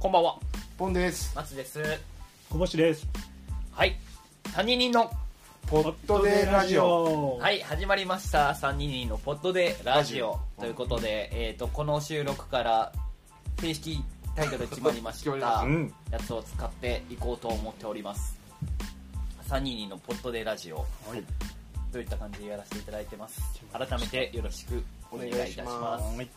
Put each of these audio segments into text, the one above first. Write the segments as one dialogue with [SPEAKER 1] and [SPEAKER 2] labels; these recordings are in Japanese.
[SPEAKER 1] こんばんは
[SPEAKER 2] ポンです。
[SPEAKER 1] 松です
[SPEAKER 3] 小星です。
[SPEAKER 1] はい三人の
[SPEAKER 2] ポットでラジオ。
[SPEAKER 3] オ
[SPEAKER 1] はい始まりました三人のポッドでラジオ
[SPEAKER 2] ラジオ
[SPEAKER 1] ということで、えー、とこの収録から正式タイトル決まりまし
[SPEAKER 2] 決まり
[SPEAKER 1] た
[SPEAKER 2] ま
[SPEAKER 3] うん。
[SPEAKER 1] やつを使っていこうと思っております三人のポッドでラジオ
[SPEAKER 2] はい。
[SPEAKER 1] といった感じでやらせていただいてます改めてよろしくお願いいたし
[SPEAKER 2] お
[SPEAKER 1] ま
[SPEAKER 2] 願
[SPEAKER 1] す
[SPEAKER 2] い
[SPEAKER 3] はい。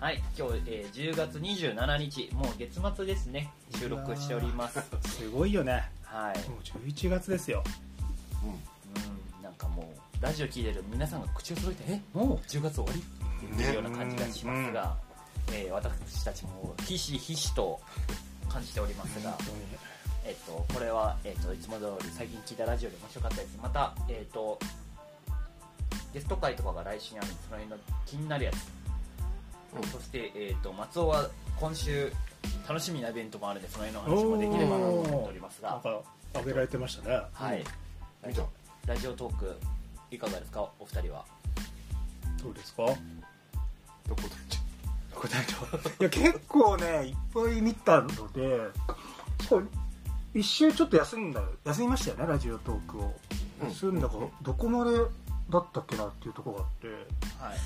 [SPEAKER 1] はい今日、えー、10月27日もう月末ですね収録しております
[SPEAKER 3] すごいよね。
[SPEAKER 1] はい
[SPEAKER 3] もう11月ですよ。
[SPEAKER 1] うんなんかもうラジオ聞いてる皆さんが口を揃えてえもう10月終わりっていうような感じがしますが、えー私たちもひしひしと感じておりますが、えっとこれは、えっといつも通り最近聞いたラジオで面白かったですまた、えっとゲスト会とかが来週にあるんでその辺の気になるやつ、
[SPEAKER 2] うん
[SPEAKER 1] そして、えっと松尾は今週楽しみなイベントもあるんでその辺の話もできればなと思っております
[SPEAKER 3] な
[SPEAKER 1] が
[SPEAKER 3] んか、あげられてましたね。
[SPEAKER 1] はい、
[SPEAKER 2] 見た。
[SPEAKER 1] ラジオトークいかがですかお二人は
[SPEAKER 3] どうですか
[SPEAKER 2] どこだっち
[SPEAKER 3] いや、結構ね、いっぱい見たので、そう一周ちょっと休んだ、休みましたよね、ラジオトークを。
[SPEAKER 2] うん
[SPEAKER 3] 休んだから、どこまでだったっけなっていうところがあって、
[SPEAKER 1] はい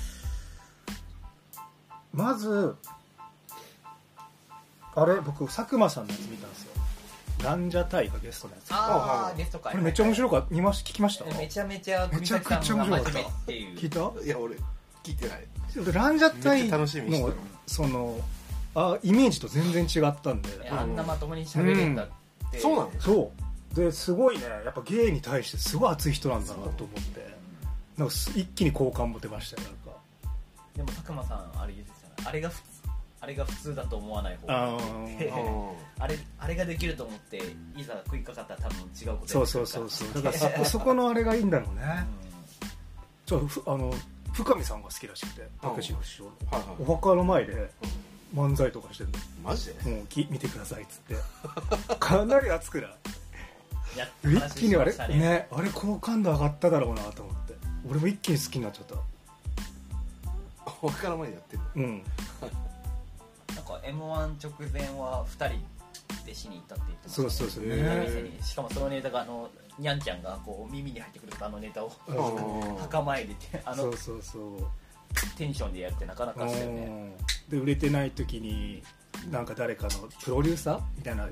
[SPEAKER 3] まず、あれ、僕、佐久間さんのやつ見たんですよ。ランジャタイがゲストのやつ。
[SPEAKER 2] あ
[SPEAKER 1] あ
[SPEAKER 2] は
[SPEAKER 1] あ
[SPEAKER 2] い
[SPEAKER 1] ゲスト会
[SPEAKER 3] これめっちゃ面白かった。見まし聞きました
[SPEAKER 1] めちゃめちゃ
[SPEAKER 3] めちゃくちゃ面白か
[SPEAKER 1] 国
[SPEAKER 3] った
[SPEAKER 1] 崎さんが真面目っていう
[SPEAKER 3] 聞いた
[SPEAKER 2] いや、俺、聞いてない。
[SPEAKER 3] ランジャタ
[SPEAKER 2] めっ
[SPEAKER 3] イ
[SPEAKER 2] ちゃ楽しみにして
[SPEAKER 3] の
[SPEAKER 2] る
[SPEAKER 3] そのあイメージと全然違ったんで
[SPEAKER 1] いやあんなまともに喋れんだって、
[SPEAKER 2] そうなの
[SPEAKER 3] そうですごいねやっぱ芸に対してすごい熱い人なんだなと思ってなんかす一気に好感も出ましたよなんか
[SPEAKER 1] でも佐久間さんあれ言ってたじゃないあれが普通あれが普通だと思わない方
[SPEAKER 3] あ
[SPEAKER 1] え
[SPEAKER 3] ー
[SPEAKER 1] ーあれあれができると思っていざ食いかかったら多分違うことやってくるから
[SPEAKER 3] そうそうそう そうだ から
[SPEAKER 1] う
[SPEAKER 3] そ
[SPEAKER 1] ん
[SPEAKER 3] そこのあれがいいんだろうねちょふあの深見さんが好きらしくてたけしの師匠の
[SPEAKER 2] はいはい。
[SPEAKER 3] お墓の前で漫才とかしてる
[SPEAKER 2] マジで
[SPEAKER 3] のもうき見てくださいっつ ってかなり熱くない
[SPEAKER 1] やっ
[SPEAKER 3] 一気にあ
[SPEAKER 1] 話
[SPEAKER 3] れ
[SPEAKER 1] しました
[SPEAKER 3] ねあれ好感度上がっただろうなと思って俺も一気に好きになっちゃった
[SPEAKER 2] お墓の前でやってる
[SPEAKER 3] うん
[SPEAKER 1] なんか m 1直前は2人でしに行ったって言ってました
[SPEAKER 3] そ
[SPEAKER 1] ね
[SPEAKER 3] うそうそうね
[SPEAKER 1] ネタ見せにしかもそのネタがあのにゃんちゃんがこう耳に入ってくるあのネタを
[SPEAKER 3] うん
[SPEAKER 1] 墓参りであ
[SPEAKER 3] そ
[SPEAKER 1] の
[SPEAKER 3] うそうそう
[SPEAKER 1] テンションでやるってなかなかしたよね
[SPEAKER 3] うんで売れてない時になんか誰かのプロデューサーみたいな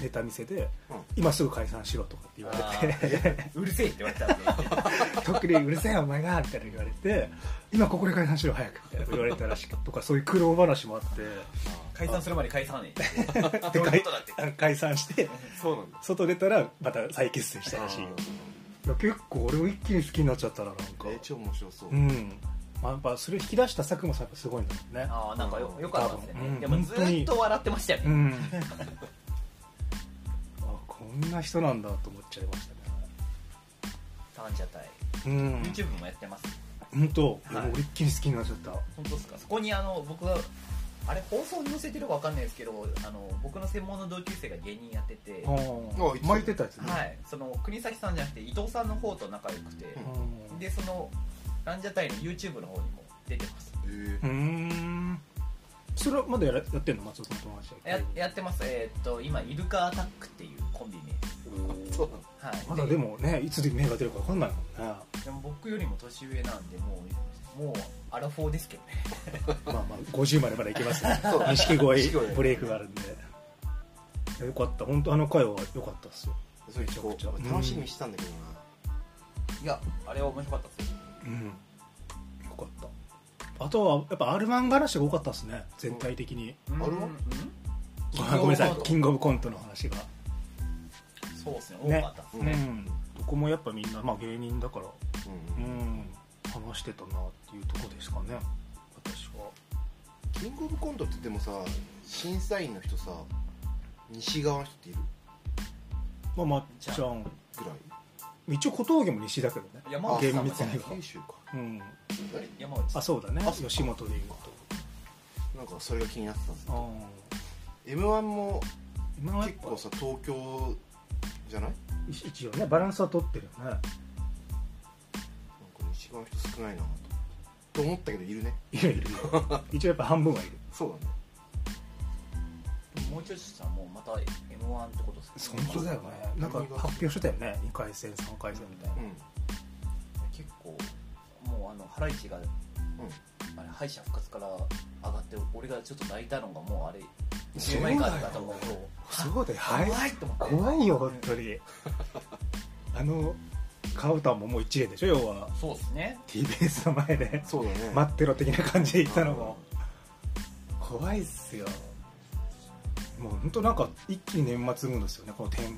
[SPEAKER 3] ネタ見せで、
[SPEAKER 2] うん
[SPEAKER 3] 今すぐ解散しろとかって言われて
[SPEAKER 1] うるせえって言われ たんで
[SPEAKER 3] 特にうるせえよお前がみたいな言われて今ここで解散しろ早くみたいな言われたらしくとかそういう苦労話もあっ
[SPEAKER 1] 解散するまで解散ねえって
[SPEAKER 3] て
[SPEAKER 1] どういうことだって
[SPEAKER 3] で解 散して
[SPEAKER 2] そうなんだ。
[SPEAKER 3] 外出たらまた再結成したらしいよいや結構俺も一気に好きになっちゃったななんか
[SPEAKER 2] めっちゃ面白そう
[SPEAKER 3] う。ん、まあ、やっぱそれを引き出した佐久間さんがすごいんだろうね
[SPEAKER 1] ああなんかよよかったですよね、
[SPEAKER 3] うん
[SPEAKER 1] でもずっと笑ってましたよ
[SPEAKER 3] う
[SPEAKER 1] ね、
[SPEAKER 3] んあこんな人なんだと思っちゃいました
[SPEAKER 1] サンジャタイ
[SPEAKER 3] ねうん
[SPEAKER 1] YouTube もやってます
[SPEAKER 3] 本当、いや
[SPEAKER 1] はい
[SPEAKER 3] 俺一気に好きになっちゃった
[SPEAKER 1] 本当ですかそこにあの僕はあれ放送に載せてるかわかんないですけどあの僕の専門の同級生が芸人やってて、は
[SPEAKER 2] あ
[SPEAKER 3] 巻いてたやつね、
[SPEAKER 1] い、その国崎さんじゃなくて伊藤さんの方と仲良くて、
[SPEAKER 3] うん
[SPEAKER 1] でそのランジャタイの YouTube の方にも出てます
[SPEAKER 2] え
[SPEAKER 3] うーんそれはまだやらやってんの松尾さんと友達だ
[SPEAKER 1] ややってますえーっと今イルカアタックっていうコンビ名です
[SPEAKER 2] え。そうなんだ。
[SPEAKER 1] はい、
[SPEAKER 3] まだでもねいつで芽が出るか分かんないもんね
[SPEAKER 1] でも僕よりも年上なんでもうもうアラフォーですけどね
[SPEAKER 3] まあまあ50までまだいけます ね
[SPEAKER 2] そう
[SPEAKER 3] 錦鯉
[SPEAKER 2] 錦鯉
[SPEAKER 3] ブレイクがあるんでいやよかった本当あの回は良かったっすよ、
[SPEAKER 2] そう一応
[SPEAKER 3] めちゃくちゃ
[SPEAKER 2] 楽しみにしてたんだけど
[SPEAKER 1] いやあれは面白かったですよ
[SPEAKER 3] うん、よかったあとはやっぱ r 1話が多かったっすね全体的に、
[SPEAKER 1] うん
[SPEAKER 2] あれは
[SPEAKER 1] うん
[SPEAKER 3] ごめんごめんなさいキングオブコントの話が、
[SPEAKER 1] そうですね多
[SPEAKER 3] ね
[SPEAKER 1] かったです
[SPEAKER 3] う
[SPEAKER 1] ね
[SPEAKER 3] ん、どこもやっぱみんな、まあ、芸人だから、
[SPEAKER 2] な。
[SPEAKER 3] う
[SPEAKER 2] うん
[SPEAKER 3] ん、話してたなっていうとこですかね私は
[SPEAKER 2] キングオブコントって言ってもさ、審査員の人さ、西側の人っている
[SPEAKER 3] まあまっちゃん
[SPEAKER 2] ぐらい
[SPEAKER 3] 一応小峠も西だけどね
[SPEAKER 1] 山内さんも
[SPEAKER 3] 厳密に
[SPEAKER 2] 九州か。
[SPEAKER 3] うん
[SPEAKER 2] 誰
[SPEAKER 1] 山内さ
[SPEAKER 3] あそうだね
[SPEAKER 2] あそう
[SPEAKER 3] 吉本でいう
[SPEAKER 2] なんかそれが気になってたんです
[SPEAKER 3] とう
[SPEAKER 2] よ。M1
[SPEAKER 3] ん
[SPEAKER 2] も
[SPEAKER 3] 今はやっ
[SPEAKER 2] 結
[SPEAKER 3] ぱ
[SPEAKER 2] 構さ、東京じゃない
[SPEAKER 3] 一応ねバランスは取ってるよね
[SPEAKER 2] なんか西側の人少ないなとと思ったけどいるね
[SPEAKER 3] いるいる一応やっぱ半分はいる
[SPEAKER 2] そうだね
[SPEAKER 1] んもう女子さんもまた m 1ってことですね
[SPEAKER 3] 本当だよねなんか発表してたよね2回戦3回戦みたいな、
[SPEAKER 2] うん
[SPEAKER 1] 結構もうあのハライチが、あれ敗者復活から上がって俺がちょっと泣いたのがもうあれ
[SPEAKER 3] そう
[SPEAKER 1] 10
[SPEAKER 3] だよ
[SPEAKER 1] 枚かったと思うと
[SPEAKER 3] そうだよ
[SPEAKER 1] 怖
[SPEAKER 3] はい
[SPEAKER 1] いと思って
[SPEAKER 3] 怖いよ本当にあのカウタンももう一例でしょ要は
[SPEAKER 1] そうですね
[SPEAKER 3] TBS の前で
[SPEAKER 2] そうだね
[SPEAKER 3] 待ってろ的な感じで言ったのも怖いっすよもう本当なんか一気に年末ムードですよねこの天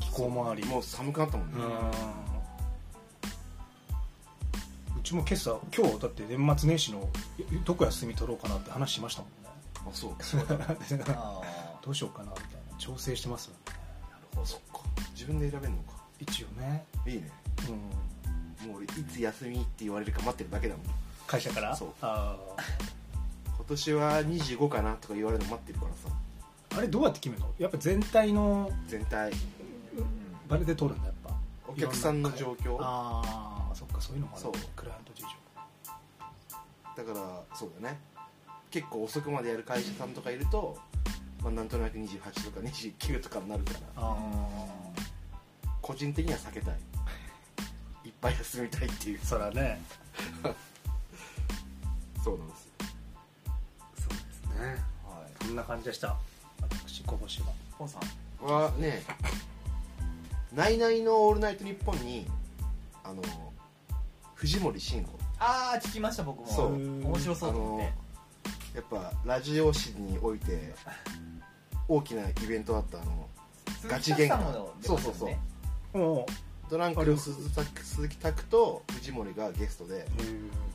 [SPEAKER 3] 気候周り
[SPEAKER 2] もう寒くなったもんね
[SPEAKER 3] うんうちも今朝今日だって年末年始のどこ休み取ろうかなって話しましたもんね
[SPEAKER 2] あそう
[SPEAKER 1] あ
[SPEAKER 3] どうしようかなみたいな調整してますよね
[SPEAKER 1] あなるほど
[SPEAKER 2] そっか自分で選べるのか
[SPEAKER 3] 一応ね、
[SPEAKER 2] いいね
[SPEAKER 3] うん、
[SPEAKER 2] もう俺いつ休みって言われるか待ってるだけだもん
[SPEAKER 3] 会社から
[SPEAKER 2] そう
[SPEAKER 3] あ
[SPEAKER 2] 今年は25かなとか言われるの待ってるからさ
[SPEAKER 3] ーあれどうやって決めるのやっぱ全体の
[SPEAKER 2] 全体
[SPEAKER 3] バレで取るんだやっぱ
[SPEAKER 2] お客さんの状況だか
[SPEAKER 3] ああそっかそういうのもある
[SPEAKER 2] そう
[SPEAKER 3] クライアント事情
[SPEAKER 2] らそうだね結構遅くまでやる会社さんとかいると、まあ、なんとなく28とか29とかになるから
[SPEAKER 3] あ
[SPEAKER 2] 個人的には避けたいいっぱい休みたいっていう
[SPEAKER 3] あそらね
[SPEAKER 2] そうなんですよ
[SPEAKER 3] そうですね
[SPEAKER 1] はい
[SPEAKER 3] こんな感じでした私こぼしは
[SPEAKER 1] ポンさん
[SPEAKER 2] はね「ナイナイのオールナイトニッポン」にあの藤森慎吾
[SPEAKER 1] ああ聞きました僕も
[SPEAKER 2] そう
[SPEAKER 1] 面白そうと思って
[SPEAKER 2] やっぱラジオ誌において大きなイベントだったあのガチ喧嘩
[SPEAKER 1] 鈴木拓さんも出ましたもんね
[SPEAKER 2] そうそうそう
[SPEAKER 3] お
[SPEAKER 2] ドランクの鈴木鈴木拓と藤森がゲストで、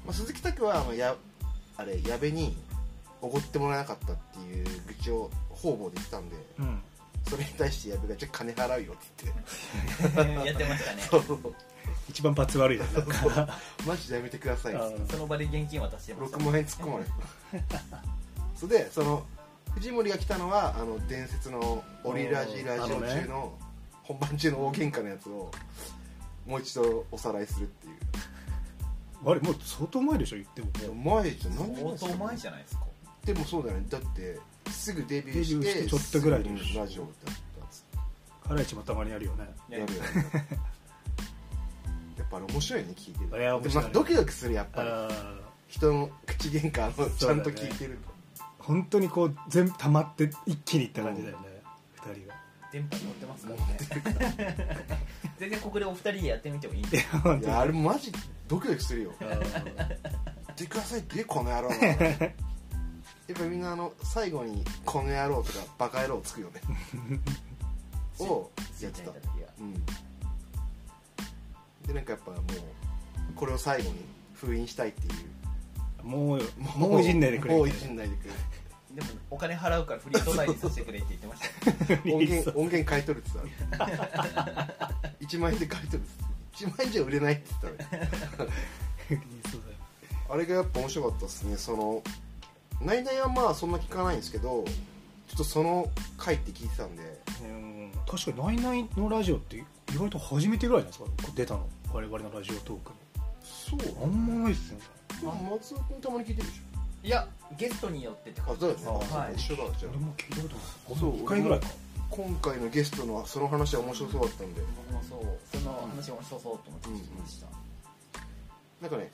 [SPEAKER 2] まあ、鈴木拓はあのやあれ矢部におごってもらえなかったっていう愚痴を方々で言ってたんで
[SPEAKER 3] うん
[SPEAKER 2] それに対して矢部が「じゃあ金払うよ」っつって
[SPEAKER 1] やってましたね
[SPEAKER 2] そう そう
[SPEAKER 3] 一番罰 悪いやつだから
[SPEAKER 2] マジでやめてくださいっつって
[SPEAKER 3] うん
[SPEAKER 1] その場で現金渡してました
[SPEAKER 2] 6万円突っ込 まれたそれでその藤森が来たのはあの伝説のオリラジラジオ
[SPEAKER 3] あの
[SPEAKER 2] 中
[SPEAKER 3] ね
[SPEAKER 2] の本番中の大喧嘩のやつをもう一度おさらいするっていう
[SPEAKER 3] あれもう相当前でしょ言っても
[SPEAKER 2] いや前じゃ何年
[SPEAKER 1] 相当前じ
[SPEAKER 2] ゃ
[SPEAKER 1] ゃないですか
[SPEAKER 2] でもそうだよねだってすぐデビューして
[SPEAKER 3] デビューしてちょっとぐらいです
[SPEAKER 2] ぐラジオだったっつっ
[SPEAKER 3] ハライチもたまにやるよね
[SPEAKER 2] て
[SPEAKER 1] ね
[SPEAKER 2] やるよね やっぱあれ面白いね聞いてる
[SPEAKER 3] あれは面
[SPEAKER 2] で
[SPEAKER 3] 白い
[SPEAKER 2] まあドキドキするやっぱり
[SPEAKER 3] あ
[SPEAKER 2] 人の口喧嘩のちゃんと
[SPEAKER 3] そうだ
[SPEAKER 2] 聞
[SPEAKER 3] ね
[SPEAKER 2] いてる
[SPEAKER 3] ー本当にこう全部溜まって一気にいった感じだよね二人が
[SPEAKER 1] 電波に乗ってますからね 全然ここでお二人でやってみてもいいん
[SPEAKER 3] い
[SPEAKER 1] で
[SPEAKER 3] や本
[SPEAKER 2] い
[SPEAKER 3] 当に
[SPEAKER 2] やあれマジドキドキするよ
[SPEAKER 3] あー
[SPEAKER 2] やってくださいってこの 野郎やっぱみんなあの最後に「この野郎」とか「バカ野郎」つくよ ねをやってたうんでなんかやっぱもうこれを最後に封印したいっていう
[SPEAKER 3] もうもういじんないでくれ
[SPEAKER 2] もういじんないでくれ
[SPEAKER 1] でもお金払うからフリー素材にさせてくれって言ってました
[SPEAKER 2] 音源音源買い取るって言ったら1万円で買い取るって言って1万円じゃ売れないって言ったら
[SPEAKER 3] そうだよ
[SPEAKER 2] あれがやっぱ面白かったですねその「ナイナイ」はまあそんな聞かないんですけどちょっとその回って聞いてたんで
[SPEAKER 3] うん確かに「ナイナイ」のラジオって意外と初めてぐらいじゃないですか出たの我々のラジオトークに
[SPEAKER 2] そう
[SPEAKER 3] あんまないっすね
[SPEAKER 2] でも松尾君たまに聞いてるでし
[SPEAKER 1] いやゲストによってって
[SPEAKER 2] ょ
[SPEAKER 1] こ
[SPEAKER 2] あ
[SPEAKER 1] と
[SPEAKER 2] そうだ
[SPEAKER 1] です
[SPEAKER 2] よね、
[SPEAKER 1] はい
[SPEAKER 2] 一緒だじゃ
[SPEAKER 3] 俺
[SPEAKER 2] あ
[SPEAKER 3] も聞いたことない
[SPEAKER 2] そう
[SPEAKER 3] 1回ぐらいか
[SPEAKER 2] 今回のゲストのその話は面白そうだったんで
[SPEAKER 1] 僕もそうその話面白そうと思って聞きました、
[SPEAKER 2] なんかね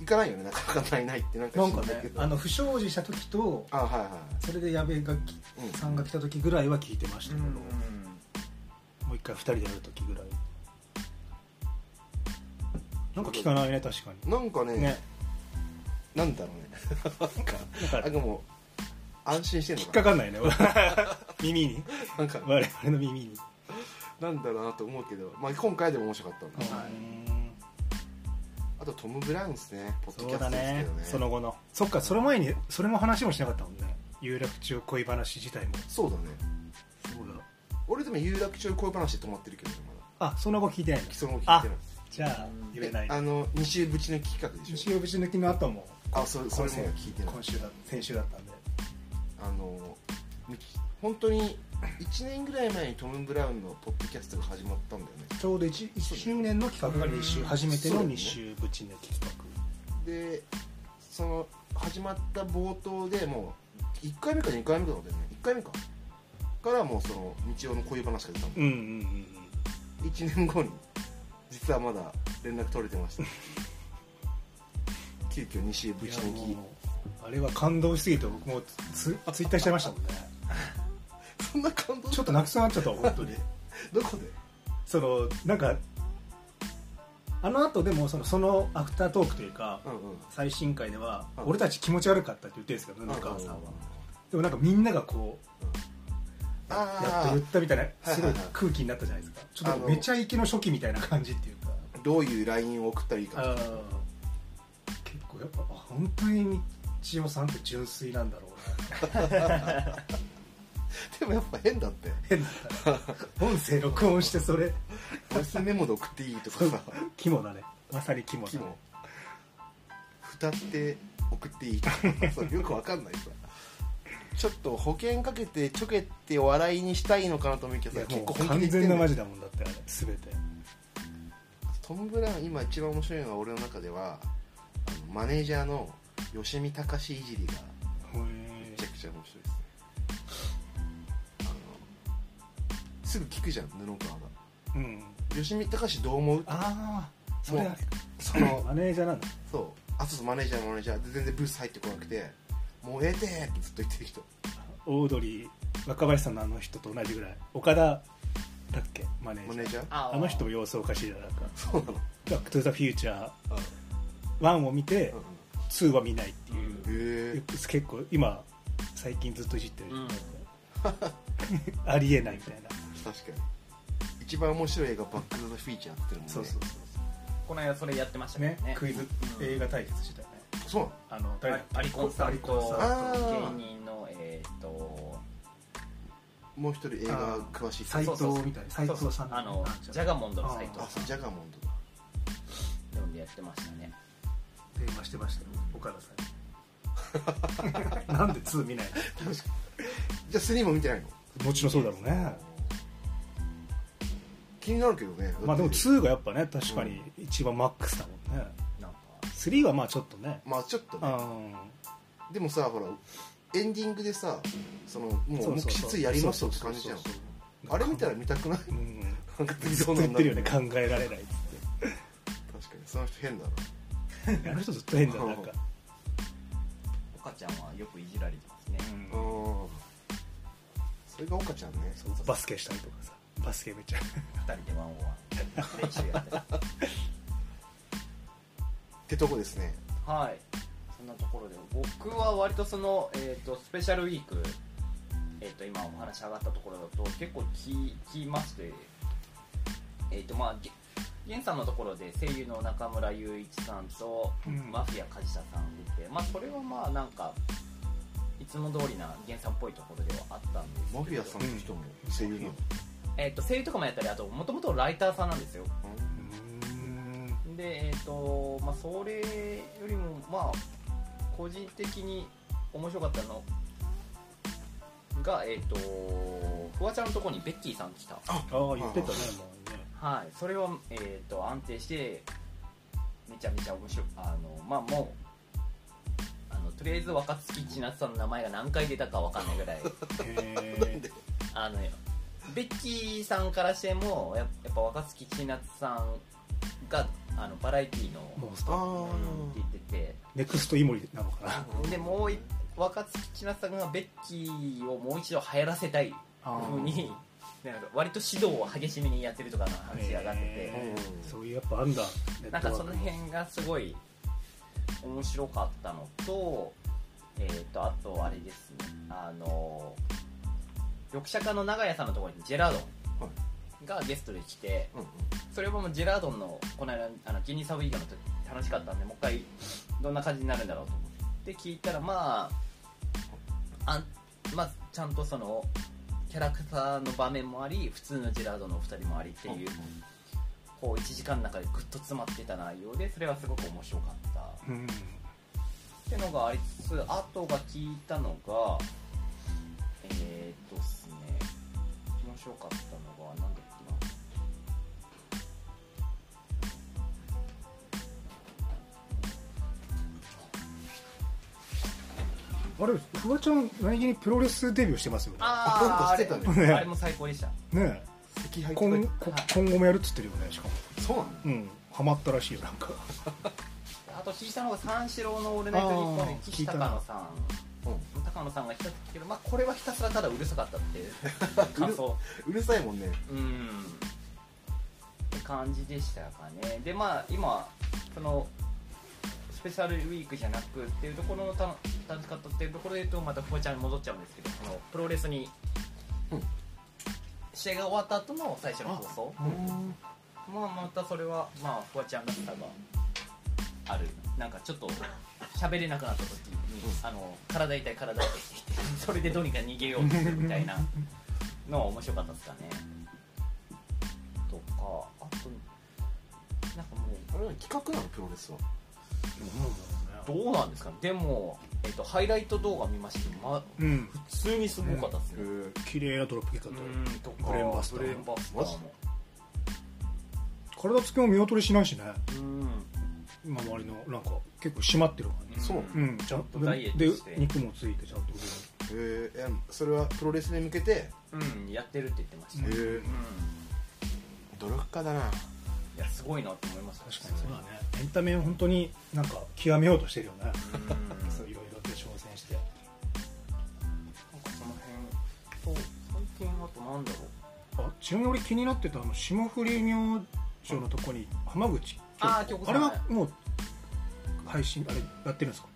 [SPEAKER 2] 行かないよねなかなかないないってなんか
[SPEAKER 3] なんか
[SPEAKER 2] 知んないけ
[SPEAKER 3] ね
[SPEAKER 2] ど
[SPEAKER 3] あの不祥事した時と
[SPEAKER 2] あはいはい
[SPEAKER 3] それで矢部がき
[SPEAKER 2] うん
[SPEAKER 3] さんが来た時ぐらいは聞いてましたけど、も
[SPEAKER 1] ん
[SPEAKER 3] う一回2人でやる時ぐらいなんか聞かないね確か
[SPEAKER 2] なんかね
[SPEAKER 3] にね
[SPEAKER 2] なんだろうね
[SPEAKER 3] だか
[SPEAKER 2] なん
[SPEAKER 3] ら
[SPEAKER 2] かもう安心してんの
[SPEAKER 3] 引っ
[SPEAKER 2] かな
[SPEAKER 3] かかんないね 耳に
[SPEAKER 2] なんか
[SPEAKER 3] 我々の耳に
[SPEAKER 2] なんだろうなと思うけど、まあ、今回でも面白かったんだ、
[SPEAKER 1] はい
[SPEAKER 3] うん
[SPEAKER 2] あとトム・ブラウンですねポッド
[SPEAKER 3] そ
[SPEAKER 2] キャ
[SPEAKER 3] う
[SPEAKER 2] スト
[SPEAKER 3] だ
[SPEAKER 2] ですけ
[SPEAKER 3] ね
[SPEAKER 2] どね
[SPEAKER 3] その後のそっかその前にそれも話もしなかったもんね有楽町恋話自体も
[SPEAKER 2] そうだね
[SPEAKER 3] そうだ
[SPEAKER 2] 俺でも有楽町恋話で止まってるけどねまだ
[SPEAKER 3] あその後聞いてないんで
[SPEAKER 2] 基
[SPEAKER 3] す
[SPEAKER 2] 礎の聞いてない
[SPEAKER 3] じゃあ言えない
[SPEAKER 2] あの二週ぶちの企画でし
[SPEAKER 3] 日曜日抜きの後も
[SPEAKER 2] ょあそれそれも聞いてない
[SPEAKER 3] 今週だ先週だったんで
[SPEAKER 2] あのみ本当に1年ぐらい前にトム・ブラウンのポッドキャストが始まったんだよね
[SPEAKER 3] ちょうど 1, 周年の企画が2週
[SPEAKER 1] うん
[SPEAKER 3] 初めての
[SPEAKER 2] そうね
[SPEAKER 3] 2週ぶち抜き企
[SPEAKER 2] でその始まった冒頭でもう1回目か2回目かだったよね1回目かからもうその道夫の恋話が出たの
[SPEAKER 3] うんうんうん
[SPEAKER 2] 1年後に実はまだ連絡取れてました 急遽西へ
[SPEAKER 3] うん
[SPEAKER 2] ぶ
[SPEAKER 3] い
[SPEAKER 2] ち
[SPEAKER 3] や
[SPEAKER 2] 抜き
[SPEAKER 3] もうあれは感動しすぎて僕もツツイッターしちゃいましたもんね
[SPEAKER 2] そんな感動
[SPEAKER 3] ちょっと泣きそうになっちゃった本 当に
[SPEAKER 2] どこで
[SPEAKER 3] そのなんかあの後でもそのそのアフタートークというか
[SPEAKER 2] うんうん
[SPEAKER 3] 最新回では
[SPEAKER 2] うん
[SPEAKER 3] 俺たち気持ち悪かったって言ってるんですけど布川さんはでもなんかみんながこう
[SPEAKER 2] あー
[SPEAKER 3] やっと言ったみたいな
[SPEAKER 2] はい
[SPEAKER 3] す
[SPEAKER 2] はい
[SPEAKER 3] ご
[SPEAKER 2] はい
[SPEAKER 3] い空気になったじゃないですかちょっ
[SPEAKER 2] あ
[SPEAKER 3] と
[SPEAKER 2] の
[SPEAKER 3] めちゃイケの初期みたいな感じっていうか
[SPEAKER 2] どういう LINE を送ったらいいか
[SPEAKER 3] あー結構やっぱあ本当に千代さんって純粋なんだろうな
[SPEAKER 2] でもやっぱ変だって
[SPEAKER 3] 変だな音声録音してそれ
[SPEAKER 2] ボイスメモで送っていいとかさ
[SPEAKER 3] 肝だねまさに肝だ
[SPEAKER 2] 木
[SPEAKER 3] ね
[SPEAKER 2] も蓋って送っていいとか そうよくわかんないさちょっと保険かけてちょけて笑いにしたいのかなと思うけ
[SPEAKER 3] い
[SPEAKER 2] ど
[SPEAKER 3] や
[SPEAKER 2] さ結
[SPEAKER 3] も
[SPEAKER 2] 構本気で
[SPEAKER 3] う完
[SPEAKER 2] 言って
[SPEAKER 3] 全
[SPEAKER 2] んだ
[SPEAKER 3] な
[SPEAKER 2] よ
[SPEAKER 3] マジだもんだってあれ全て
[SPEAKER 2] トム・ブラウン今一番面白いのは俺の中ではあのマネージャーの吉見隆いじりがめちゃくちゃ面白いですねあのすぐ聞くじゃん布川が
[SPEAKER 3] うん
[SPEAKER 2] 吉見隆どう思うって
[SPEAKER 3] ああそれあれ
[SPEAKER 2] その
[SPEAKER 3] マネージャーなんだ
[SPEAKER 2] そうあそうそうマネージャーマネージャーで全然ブース入ってこなくて「もうええて!」ってずっと言ってる人
[SPEAKER 3] オードリー若林さんのあの人と同じぐらい岡田だっけマネー
[SPEAKER 2] マ
[SPEAKER 3] ジ
[SPEAKER 2] ネ
[SPEAKER 3] ャ
[SPEAKER 2] ー
[SPEAKER 3] ー
[SPEAKER 2] ジャー
[SPEAKER 1] あ
[SPEAKER 3] あの人も様子おかしいじゃんなんか
[SPEAKER 2] そうなの
[SPEAKER 3] 「バック・トゥ・ザ・フューチャー
[SPEAKER 2] うん」
[SPEAKER 3] 1を見て2は見ないっていう
[SPEAKER 2] へ
[SPEAKER 3] う、
[SPEAKER 2] え
[SPEAKER 3] 結構今最近ずっといじってる、
[SPEAKER 1] うん
[SPEAKER 3] ありえないみたいな
[SPEAKER 2] 確かに一番面白い映画「バック・トゥ・ザ・フィーチャー」って言ってるもんね
[SPEAKER 3] そうそう
[SPEAKER 1] この間それやってました
[SPEAKER 3] ね
[SPEAKER 1] ねね
[SPEAKER 3] クイズ
[SPEAKER 1] うん
[SPEAKER 3] 映画対決してたよね
[SPEAKER 2] そうなの
[SPEAKER 3] あの誰だっけ
[SPEAKER 1] アリコンさんと
[SPEAKER 2] あー
[SPEAKER 1] 芸人のえっと
[SPEAKER 2] もう一人映画詳しい人
[SPEAKER 3] 斎藤みたいな斎
[SPEAKER 1] そうそ
[SPEAKER 3] 藤
[SPEAKER 1] う
[SPEAKER 3] さん
[SPEAKER 1] あの
[SPEAKER 3] なんちゃ
[SPEAKER 1] ジャガモンドの斎
[SPEAKER 2] あ
[SPEAKER 1] 藤さ
[SPEAKER 2] そうジャガモンドだ
[SPEAKER 1] ん呼んでやってましたね
[SPEAKER 3] 電話してましたよ岡田さん になんで2見ない
[SPEAKER 2] じゃあスリーも見てないの
[SPEAKER 3] のもちろんそうだろうね
[SPEAKER 2] 気になるけどね
[SPEAKER 3] まあでも
[SPEAKER 2] だって
[SPEAKER 3] 2がやっぱね確かに一番マックスだもんね
[SPEAKER 1] なんか
[SPEAKER 3] 3はまあちょっとね
[SPEAKER 2] まあちょっと
[SPEAKER 3] う
[SPEAKER 2] ね
[SPEAKER 3] ん
[SPEAKER 2] でもさほらエンディングでさそのも
[SPEAKER 3] そううそうそう
[SPEAKER 2] 質やりますよって感じじゃん
[SPEAKER 3] そうそうそう
[SPEAKER 2] あれ見たら見たくない
[SPEAKER 3] うん
[SPEAKER 2] なんか
[SPEAKER 3] ずっと言ってるよね考えられない
[SPEAKER 2] 確か
[SPEAKER 3] っつって
[SPEAKER 2] にその人変だな
[SPEAKER 3] あの人ずっと変だよなんか、
[SPEAKER 1] 岡ちゃんはよくいじられてますね
[SPEAKER 2] うんそれが岡ちゃんね
[SPEAKER 3] そうバスケしたりとかさバスケめっちゃ
[SPEAKER 1] 二人でワンオンワン練習やってた
[SPEAKER 2] ってとこですね
[SPEAKER 1] はいそんなところで僕は割とその、えー、とスペシャルウィーク、えー、と今お話上がったところだと結構聞きましてえっ、とまあげ源さんのところで声優の中村雄一さんと、
[SPEAKER 3] うん
[SPEAKER 1] マフィア梶田さん出てまあそれはまあなんかいつも通りな源さんっぽいところではあったんですけど
[SPEAKER 2] マフィアさんの人も声優なの
[SPEAKER 1] えー、と声優とかもやったりあともともとライターさんなんですよ
[SPEAKER 3] うん
[SPEAKER 1] でえっ、とまあそれよりもまあ個人的に面白かったのがえっ、とフワちゃんのところにベッキーさん来た
[SPEAKER 3] ああ言ってたねもうね
[SPEAKER 1] はいそれはえっ、と安定してめちゃめちゃ面白いあのまあもうあのとりあえず若槻千夏さんの名前が何回出たかわかんないぐらい
[SPEAKER 3] へえ
[SPEAKER 1] あのベッキーさんからしてもやっやっぱ若槻千夏さんがあのバラエティーの
[SPEAKER 3] モンスター
[SPEAKER 2] あ
[SPEAKER 1] って言ってて
[SPEAKER 3] ネクストイモリなのかな
[SPEAKER 2] あ
[SPEAKER 1] でもうい若槻千夏さんがベッキーをもう一度流行らせたいふうになんか割と指導を激しめにやってるとかの話が上がって
[SPEAKER 2] ー
[SPEAKER 1] て
[SPEAKER 2] うん
[SPEAKER 3] そういうやっぱあんだ
[SPEAKER 1] なんかその辺がすごい面白かったのと,、えー、とあとあれですねあの読者家の長屋さんのところにジェラードンがゲストで来て
[SPEAKER 2] うんうん
[SPEAKER 1] それももうジェラードンのこの間あのギニサブイガの時楽しかったんでもう一回どんな感じになるんだろうと思って聞いたらまああんまあちゃんとそのキャラクターの場面もあり普通のジェラードンのお二人もありっていうこう1時間の中でぐっと詰まってた内容でそれはすごく面白かったっ
[SPEAKER 3] うん
[SPEAKER 1] てのがありつつあとが聞いたのがえー、っとですね面白かったのが何だっけな
[SPEAKER 3] ああれフワちゃん何気にプロレスデビューしてますよね
[SPEAKER 1] あ
[SPEAKER 2] あ なんかしてた
[SPEAKER 1] あ
[SPEAKER 3] ね
[SPEAKER 1] れあれも最高でした
[SPEAKER 3] ね
[SPEAKER 2] 赤配
[SPEAKER 3] え
[SPEAKER 2] と
[SPEAKER 3] 今
[SPEAKER 2] か
[SPEAKER 3] こ今後もやるっつってるよねしかも
[SPEAKER 2] そうなの
[SPEAKER 3] うんハマったらしいよなんか
[SPEAKER 1] あと岸田の方が三四郎の「オールナイトニッポン」で岸高野さん
[SPEAKER 2] う
[SPEAKER 1] 高野さんがひたすらけど、まあ、これはひたすらただうるさかったっていう感想
[SPEAKER 2] うるさいもんね
[SPEAKER 1] うんって感じでしたかねでまあ今そのスペシャルウィークじゃなくっていうところのた楽しかったっていうところで言うとまたフワちゃんに戻っちゃうんですけどそのプロレスに、
[SPEAKER 2] うん
[SPEAKER 1] 試合が終わった後の最初の放送
[SPEAKER 2] うん
[SPEAKER 1] まあまたそれはまあフワちゃんが多分あるなんかちょっと喋れなくなった時に、あの体痛い体痛いって言ってそれでどうにか逃げようとするみたいなのは面白かったですかねとかあとなんかも
[SPEAKER 2] あれは企画なのプロレスは
[SPEAKER 1] うどうなんですかねでも、えっとハイライト動画見ましたけど、ま、
[SPEAKER 3] うん
[SPEAKER 1] 普通にすごかったですね、
[SPEAKER 3] 綺麗なドロップキックだと
[SPEAKER 1] うんとか
[SPEAKER 3] ブレーンバスター
[SPEAKER 1] ブレーンバスターも
[SPEAKER 3] 体つきも見劣りしないしね
[SPEAKER 1] うん
[SPEAKER 3] 今周りのなんか結構締まってる感じ
[SPEAKER 2] そう
[SPEAKER 3] うんちゃん
[SPEAKER 1] ちょ
[SPEAKER 3] と
[SPEAKER 1] っとダイエ
[SPEAKER 3] で
[SPEAKER 1] ットして
[SPEAKER 3] 肉もついてちゃんと
[SPEAKER 2] ええそれはプロレスに向けてへ
[SPEAKER 1] うんやってるって言ってました、
[SPEAKER 3] うん
[SPEAKER 1] うん
[SPEAKER 2] え努力家だない
[SPEAKER 1] やすごいなと思いました
[SPEAKER 3] 確かにそうだねエンタメを本当になんか極めようとしてるよね
[SPEAKER 1] うん
[SPEAKER 3] いろいろと挑戦して
[SPEAKER 1] なんかその辺そう最近あとなんだろう
[SPEAKER 3] あちなみに俺気になってたあの霜降り明星のとこに浜口
[SPEAKER 1] あー京子さん
[SPEAKER 3] あれはもう配信あれやってるんですか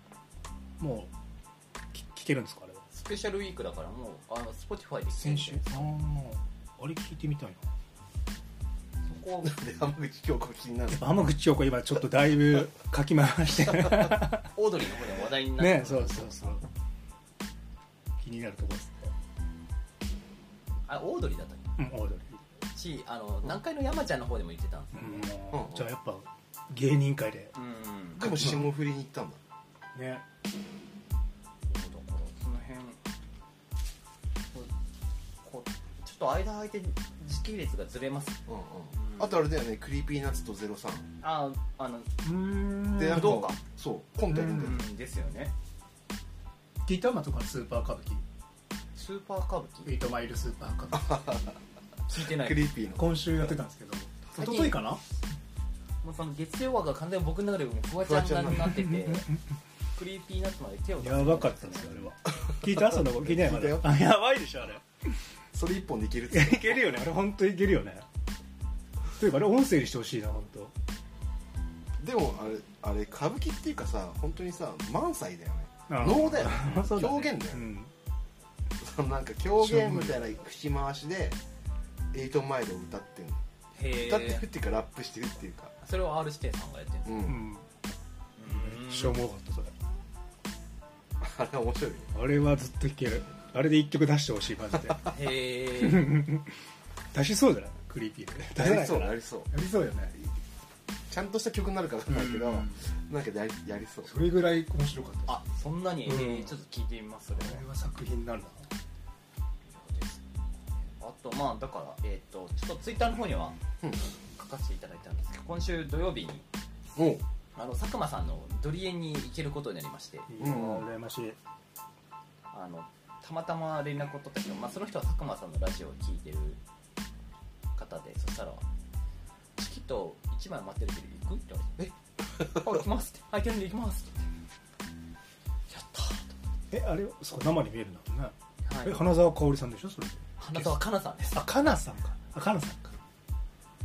[SPEAKER 3] もうき聞けるんですかあれは
[SPEAKER 1] スペシャルウィークだからもうあの Spotify で
[SPEAKER 3] 先週あああれ聞いてみたいな
[SPEAKER 1] そこ
[SPEAKER 2] で浜口京子が気になる
[SPEAKER 3] やっぱ浜口京子今ちょっとだいぶ かき回して る
[SPEAKER 1] オードリーの方でも話題になって
[SPEAKER 3] ねそうそうそう気になるとこですね
[SPEAKER 1] あオードリーだったっ
[SPEAKER 3] うんオードリ
[SPEAKER 1] けしあの南海の山ちゃんの方でも言ってたんですよ
[SPEAKER 3] ー、
[SPEAKER 2] うん
[SPEAKER 3] じゃあやっぱ芸人界で
[SPEAKER 1] うんだ
[SPEAKER 2] で
[SPEAKER 1] か
[SPEAKER 2] も霜降りに行ったんだ
[SPEAKER 3] ね
[SPEAKER 1] らその辺こうこうちょっと間空いて時系列がずれます
[SPEAKER 2] うんうんあとあれだよねクリーピーナッツとゼロ三
[SPEAKER 1] ああの
[SPEAKER 3] うん
[SPEAKER 2] でなんか
[SPEAKER 1] 武道館
[SPEAKER 2] そうコントやるんだよ
[SPEAKER 1] うんですよね
[SPEAKER 3] ギターマンとかのスーパー歌舞伎
[SPEAKER 1] スーパー歌舞
[SPEAKER 3] エイトマイルスーパー歌舞伎
[SPEAKER 1] 伎聞いてない
[SPEAKER 2] クリーピーの
[SPEAKER 3] 今週やってたんですけど
[SPEAKER 1] 最
[SPEAKER 3] 一
[SPEAKER 1] 近
[SPEAKER 3] 昨日かな
[SPEAKER 1] もうその月曜話が完全に僕の中でもうフワちゃん
[SPEAKER 2] フワちゃん
[SPEAKER 1] に
[SPEAKER 2] に
[SPEAKER 1] なっててクリーピーナッツまで手を出す
[SPEAKER 3] やばかったんですよあれは 聞いたその聞いてないま
[SPEAKER 2] 聞い
[SPEAKER 3] だ
[SPEAKER 2] た
[SPEAKER 3] あやばいでしょあれ
[SPEAKER 2] それ一本でいけるっ
[SPEAKER 3] い
[SPEAKER 2] て
[SPEAKER 3] や いけるよねあれ本当いけるよねというかあれ音声にしてほしいな本当
[SPEAKER 2] でもあれあれ歌舞伎っていうかさ本当にさ満載だよね
[SPEAKER 3] あ
[SPEAKER 2] 能だよね
[SPEAKER 3] そうだね
[SPEAKER 2] 狂言だよ
[SPEAKER 3] う
[SPEAKER 2] ね
[SPEAKER 3] ん
[SPEAKER 2] そのなんか狂言みたいな口回しでエイトマイルを歌ってる
[SPEAKER 1] へ
[SPEAKER 2] 歌ってるっ
[SPEAKER 1] え
[SPEAKER 2] ていうかラップしてるっていうか
[SPEAKER 1] それを R 指定さんがやってるんで
[SPEAKER 2] う
[SPEAKER 3] うんん
[SPEAKER 1] す
[SPEAKER 3] しょうもなかったそれ
[SPEAKER 2] あれ面白いね
[SPEAKER 3] あれはずっといけるあれで一曲出してほしいマジで
[SPEAKER 1] へえ
[SPEAKER 3] 出しそうじゃないクリーピーで
[SPEAKER 2] や
[SPEAKER 3] 出せ
[SPEAKER 2] り
[SPEAKER 3] ないか
[SPEAKER 2] そう
[SPEAKER 3] ら
[SPEAKER 2] や
[SPEAKER 3] や
[SPEAKER 2] りそう
[SPEAKER 3] りそうよね
[SPEAKER 2] ちゃんとした曲になるかわかんないけど
[SPEAKER 3] うん
[SPEAKER 2] なんかやりやりそう
[SPEAKER 3] それぐらい面白かったあ
[SPEAKER 1] あそんなに、えー
[SPEAKER 3] うん
[SPEAKER 1] ちょっと聞いてみますそれは
[SPEAKER 3] れは作品になるな
[SPEAKER 1] あとまあだからえっ、とちょっとツイッターの方には
[SPEAKER 2] うん
[SPEAKER 1] 書かせていただいたんですけど今週土曜日に
[SPEAKER 2] おう
[SPEAKER 1] あの佐久間さんのドリエンに行けることになりまして
[SPEAKER 3] いいな羨ましい
[SPEAKER 1] あのたまたま連絡を取ったけど、まあ、その人は佐久間さんのラジオを聞いてる方でそしたら「チキット1枚待ってるけど行く?」って言われて「えあ行きます」って「空いてるんで行きます」ってやった
[SPEAKER 3] えあれそう生に見えるんだもんね
[SPEAKER 1] ー
[SPEAKER 3] え
[SPEAKER 1] と、はい、
[SPEAKER 3] 花澤香織さんでしょそれ
[SPEAKER 1] 花澤香菜さんです
[SPEAKER 3] あかなさんかあかなさんか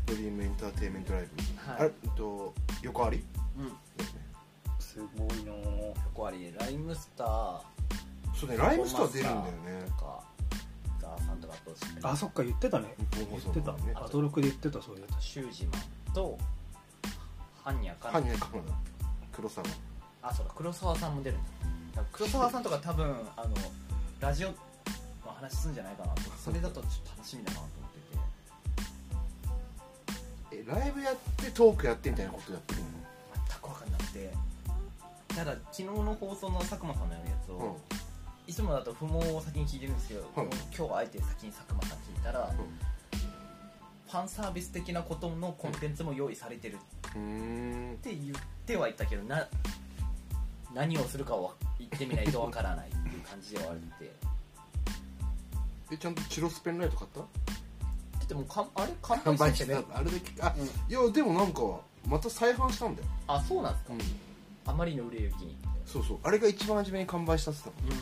[SPEAKER 2] ドリームエンターテインメントライブ
[SPEAKER 1] はい
[SPEAKER 2] あれえっと横あり
[SPEAKER 1] うん
[SPEAKER 3] すごいな
[SPEAKER 1] 横ありでライムスター
[SPEAKER 2] そうねライムスター出るんだよね
[SPEAKER 1] とかザーさんとかあと
[SPEAKER 3] ああそっか言ってたね
[SPEAKER 2] 日
[SPEAKER 3] 言
[SPEAKER 2] 本放
[SPEAKER 3] って
[SPEAKER 2] 送
[SPEAKER 3] た
[SPEAKER 2] のね
[SPEAKER 3] アトロクで言ってたそういうや
[SPEAKER 1] シュージマンとハンニャか
[SPEAKER 2] ハニヤカナダ黒沢
[SPEAKER 1] あそうだ黒沢さんも出るんだ黒沢さんとか多分あのラジオの話すんじゃないかなとそれだとちょっと楽しみだなと思ってて
[SPEAKER 2] えライブやってトークやってみたいなことやってる
[SPEAKER 1] 全く分かんなくてただ昨日の放送の佐久間さんのやるやつを、
[SPEAKER 2] の
[SPEAKER 1] いつもだと不毛を先に聞いてるんですけど、
[SPEAKER 2] は
[SPEAKER 1] 今
[SPEAKER 2] い
[SPEAKER 1] 日はあえて先に佐久間さん聞いたら、
[SPEAKER 2] ん
[SPEAKER 1] ファンサービス的なことのコンテンツも用意されてるっ
[SPEAKER 2] うんう
[SPEAKER 1] て言ってはいたけどな何をするかは言ってみないとわからないって言っ感じではあるん で
[SPEAKER 2] えちゃんとチロスペンライト買った
[SPEAKER 1] だってもうかんあれ完
[SPEAKER 2] 販売
[SPEAKER 1] 売し
[SPEAKER 2] してて
[SPEAKER 1] ね
[SPEAKER 2] あれだけあ、
[SPEAKER 3] うん
[SPEAKER 2] いやでもなんかまた再販したんだよ、
[SPEAKER 1] あそうなんですか、
[SPEAKER 2] うん、
[SPEAKER 1] あまりの売れ行きに
[SPEAKER 2] そうそうあれが一番初めに完売したっつったも
[SPEAKER 1] うん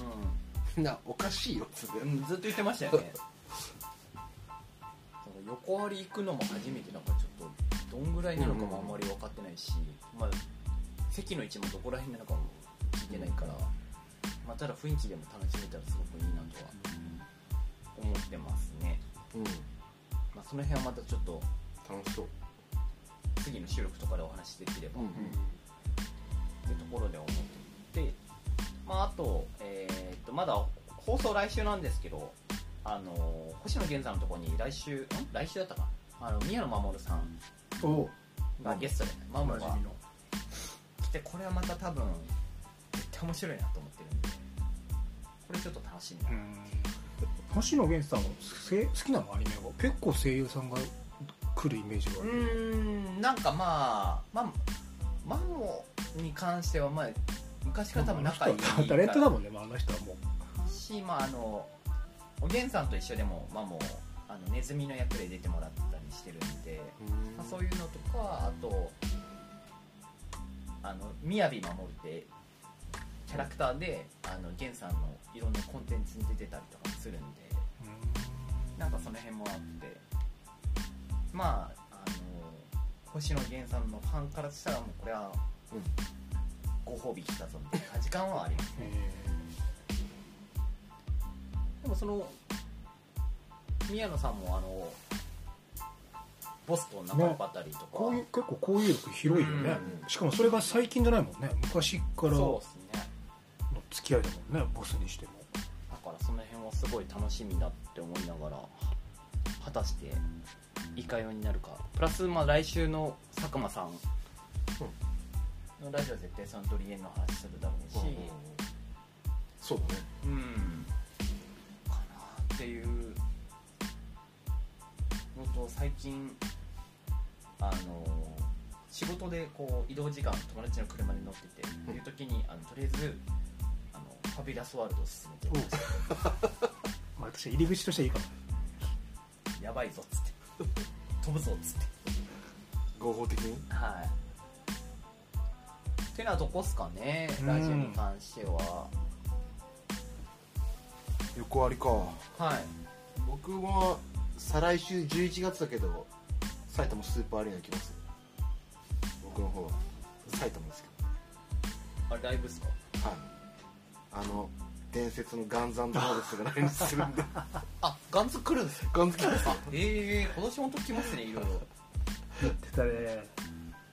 [SPEAKER 2] みんなおかしいよっつって
[SPEAKER 1] ん、ずっと言ってましたよねその横張り行くのも初めてなんかちょっとどんぐらいなのかもあんまり分かってないし、まあ、席の位置もどこら辺なのかも聞いてないから、まあ、ただ雰囲気でも楽しめたらすごくいいなとは思ってますね、
[SPEAKER 2] うん
[SPEAKER 1] まあ、その辺はまたちょっと
[SPEAKER 2] 楽しそう
[SPEAKER 1] 次の収録とかでお話しできれば、
[SPEAKER 2] うん
[SPEAKER 1] ってところで思っていて、まあ、あと,、えーっとまだ放送来週なんですけどあの星野源さんのところに来週ん来週だったかなあの宮野真守さん
[SPEAKER 3] お
[SPEAKER 1] がゲストで真
[SPEAKER 3] お
[SPEAKER 1] 守が
[SPEAKER 3] みの
[SPEAKER 1] 来てこれはまた多分絶対面白いなと思ってるんでこれちょっと楽しみだ、
[SPEAKER 3] 星野源さんはせ好きなのアニメが結構声優さんが来るイメージがあ
[SPEAKER 1] う
[SPEAKER 3] る
[SPEAKER 1] ーんなんかまあまあマモに関してはまあ昔から多分仲いい
[SPEAKER 3] あの人 はタレントだもんね、まあ、あの人はも
[SPEAKER 1] し、まあ、あのおげんさんと一緒でも,、まあ、もうあのネズミの役で出てもらったりしてるんで、まあ、そういうのとかあとあの雅守ってキャラクターであのげんさんのいろんなコンテンツに出てたりとかするんで
[SPEAKER 3] う
[SPEAKER 1] なんかその辺もあってまああの星野源さんのファンからしたらもうこれは、
[SPEAKER 2] うん
[SPEAKER 1] ご褒美来たぞみたいな時間はあります
[SPEAKER 3] え
[SPEAKER 1] でもその宮野さんもあのボスと仲良かったりとか
[SPEAKER 3] ー、こういう結構交友力広いよね、
[SPEAKER 2] うん
[SPEAKER 3] しかもそれが最近じゃないもんね昔から
[SPEAKER 1] そう
[SPEAKER 3] の
[SPEAKER 1] ですね
[SPEAKER 3] 付き合いだもんねボスにしても
[SPEAKER 1] だからその辺はすごい楽しみだって思いながら果たしていかようになるかプラスまあ来週の佐久間さんのラジオは絶対サントリエンの話するだろうし、
[SPEAKER 2] うんそうだね
[SPEAKER 1] うんかなっていうのと最近あの仕事でこう移動時間友達の車に乗っててっていう時にあのとりあえずあのファビュラスワールドを進めてまし
[SPEAKER 3] まあ私入り口としてはいいかも
[SPEAKER 1] たやばいぞっつって 飛ぶぞっつって
[SPEAKER 2] 合法的に
[SPEAKER 1] はいってなとこっすかね
[SPEAKER 3] うん
[SPEAKER 1] ラジオに関しては、
[SPEAKER 2] 横割りか
[SPEAKER 1] はい
[SPEAKER 2] 僕は再来週11月だけど埼玉スーパーアリーナ行きますよ僕の方は埼玉ですけ
[SPEAKER 1] あれライブっすか
[SPEAKER 2] どはいあの伝説のガンザンドハーデスが来日するん で
[SPEAKER 1] あガンズ来るんですよ
[SPEAKER 2] ガンズ来ますよ
[SPEAKER 1] ええー、今年本当来ますねいろいろ
[SPEAKER 3] 言ってたね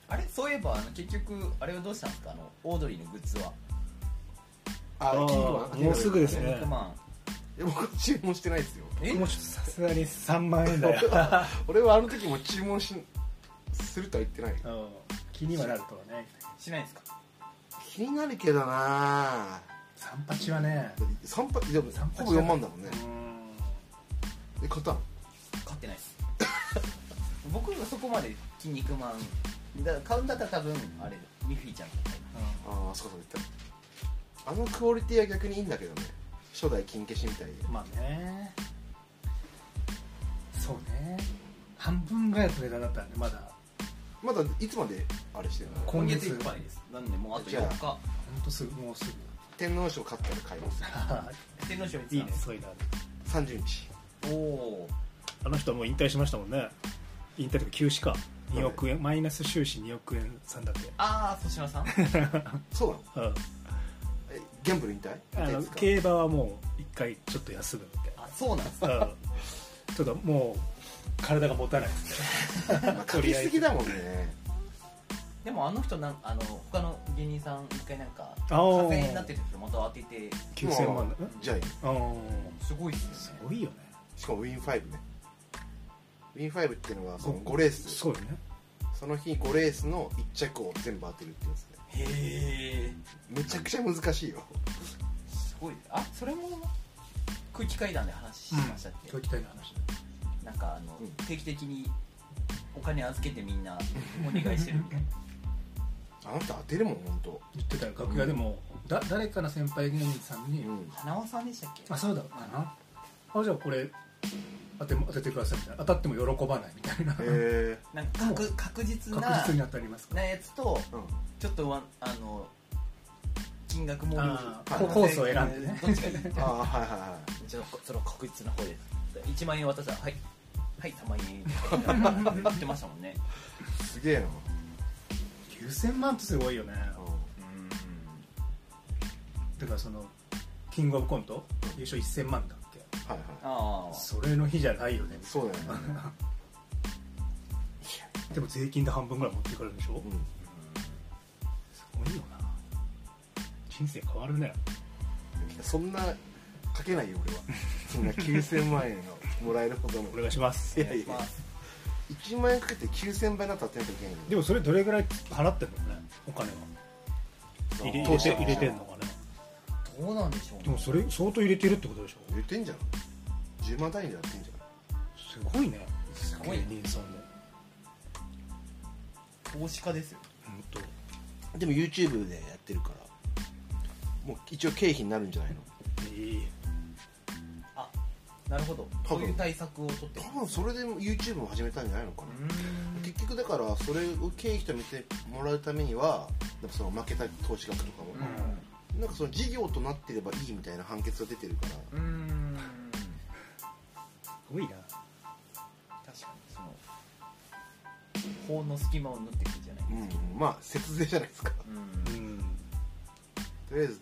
[SPEAKER 1] あれそういえばあの結局あれはどうしたんですかあのオードリーのグッズは
[SPEAKER 2] あ
[SPEAKER 3] あー
[SPEAKER 2] キングマン
[SPEAKER 3] もうすぐですね
[SPEAKER 1] 100万
[SPEAKER 2] いや僕注文してないですよ
[SPEAKER 1] え
[SPEAKER 3] もうちょっとさすがに3万円だよ
[SPEAKER 2] 俺はあの時も注文しするとは言ってない
[SPEAKER 3] うん気にはなるとはね
[SPEAKER 1] しないんですか
[SPEAKER 2] 気になるけどな
[SPEAKER 3] 三八はね
[SPEAKER 2] 三泊でも
[SPEAKER 3] 三泊
[SPEAKER 2] ほぼ4万だもんね
[SPEAKER 3] う
[SPEAKER 2] え買ったの
[SPEAKER 1] 買ってないです 僕はそこまで筋肉マンだ買うんだったら多分あれミッフィーちゃんとか
[SPEAKER 3] ん
[SPEAKER 2] ああそうそう言ったあのクオリティは逆にいいんだけどね初代金消しみたいで
[SPEAKER 3] まあねそうね半分ぐらいの値段だったんでまだ
[SPEAKER 2] まだいつまであれしてるの
[SPEAKER 3] 今
[SPEAKER 1] 今
[SPEAKER 3] 月
[SPEAKER 1] 月いっぱいですなんでもうあと
[SPEAKER 2] じゃ
[SPEAKER 1] 4
[SPEAKER 2] あ
[SPEAKER 1] 日
[SPEAKER 3] ほんとすぐもうす ぐ
[SPEAKER 2] 天皇賞勝ったら買います
[SPEAKER 1] 天皇賞いつ
[SPEAKER 3] いい
[SPEAKER 1] なん
[SPEAKER 3] ね
[SPEAKER 1] ですか
[SPEAKER 3] そういうのある
[SPEAKER 2] 30日
[SPEAKER 1] おお
[SPEAKER 3] あの人はもう引退しましたもんね引退とか休止か2億円マイナス収支2億円さんだって
[SPEAKER 1] ああ粗品さん
[SPEAKER 2] そうなの
[SPEAKER 3] うん
[SPEAKER 2] えギャンブル引退引
[SPEAKER 3] あ
[SPEAKER 2] 退
[SPEAKER 3] の
[SPEAKER 2] ですか
[SPEAKER 3] 競馬はもう一回ちょっと休むみ
[SPEAKER 1] あそうなんです
[SPEAKER 3] たいな、うん、ちょっともう体が持たないですね
[SPEAKER 2] まあかけすぎだもんね
[SPEAKER 1] でもあの人なんあの他の芸人さん一回なんか
[SPEAKER 3] あ
[SPEAKER 1] 風
[SPEAKER 3] ー
[SPEAKER 1] 邪になってるけどまた当てて
[SPEAKER 3] 9000万だ
[SPEAKER 2] ま
[SPEAKER 3] ね
[SPEAKER 2] あじゃあいい
[SPEAKER 3] うん
[SPEAKER 1] すごいっす
[SPEAKER 3] す
[SPEAKER 1] よね
[SPEAKER 3] ごいよね
[SPEAKER 2] しかもウィン5ねウィン5っていうのはその5レース
[SPEAKER 3] そうよね
[SPEAKER 2] その日5レースの1着を全部当てるってやつ
[SPEAKER 1] へ
[SPEAKER 2] ね
[SPEAKER 1] え
[SPEAKER 2] めちゃくちゃ難しいよ
[SPEAKER 1] すごいあそれも空気階段で話しましたっけ、
[SPEAKER 3] 教育体の話
[SPEAKER 1] なんかあの、
[SPEAKER 2] うん
[SPEAKER 1] 定期的にお金預けてみんなお願いしてるみたいな
[SPEAKER 2] ああの人当てるもん本当。
[SPEAKER 3] 言ってたよ楽屋でも、だ誰かの先輩芸人さんに、
[SPEAKER 2] うん
[SPEAKER 1] 花尾さんでしたっけ
[SPEAKER 3] あそうだかなあじゃあこれ当て当ててくださいみたいな当たっても喜ばないみたいな
[SPEAKER 2] へえ
[SPEAKER 1] なんか確確実な
[SPEAKER 3] 確実に当たりますから
[SPEAKER 1] なやつと
[SPEAKER 2] うん
[SPEAKER 1] ちょっとわあの金額も
[SPEAKER 3] あ
[SPEAKER 2] ー
[SPEAKER 1] あの
[SPEAKER 2] コ
[SPEAKER 3] ースを選んでね
[SPEAKER 1] どっちがいい
[SPEAKER 2] ああはいはいは
[SPEAKER 1] じゃあその確実な方です1万円渡したらはいはい3万円って言ってましたもんね
[SPEAKER 2] いすげえな
[SPEAKER 3] 9000万ってすごいよね
[SPEAKER 2] う
[SPEAKER 3] だからそのキングオブコント優勝1000万だっけ
[SPEAKER 2] んはい
[SPEAKER 1] あ
[SPEAKER 2] は
[SPEAKER 1] あ
[SPEAKER 3] それの日じゃないよね
[SPEAKER 2] いそうだよね
[SPEAKER 3] でも税金で半分ぐらい持っていかれるんでしょ
[SPEAKER 2] うん
[SPEAKER 3] すごいよな人生変わるね
[SPEAKER 2] そんなかけないよ 俺はそんな9000万円のもらえるほどの
[SPEAKER 3] お願いします
[SPEAKER 2] いやいや1万円かけて9000倍になったら当てなきゃいけない
[SPEAKER 3] でもそれどれぐらい払ってんのかねお金は入れ入れて入れてんのかね
[SPEAKER 1] どうなんでしょう
[SPEAKER 3] でもそれ相当入れてるってことでしょ
[SPEAKER 2] 言ってんじゃん10万単位でやってんじゃ
[SPEAKER 3] すごいね
[SPEAKER 1] すごい
[SPEAKER 3] 芸人さんも
[SPEAKER 1] 投資家ですよ
[SPEAKER 3] 本当
[SPEAKER 2] んでも YouTube でやってるからもう一応経費になるんじゃないの
[SPEAKER 3] いい
[SPEAKER 1] あなるほど
[SPEAKER 2] 多
[SPEAKER 1] そ
[SPEAKER 2] 分
[SPEAKER 1] ういう対策を取ってる
[SPEAKER 2] 多分それで YouTube も始めたんじゃないのかな
[SPEAKER 1] うーん
[SPEAKER 2] 結局だからそれを経費と見てもらうためにはやっぱその負けた投資額とかも、なんかその事業となってればいいみたいな判決が出てるから
[SPEAKER 1] うーん
[SPEAKER 3] すごいな
[SPEAKER 1] 確かにその法の隙間を縫っていくじゃない
[SPEAKER 2] うんまあ節税じゃないですか
[SPEAKER 1] う
[SPEAKER 3] うんん
[SPEAKER 2] とりあえず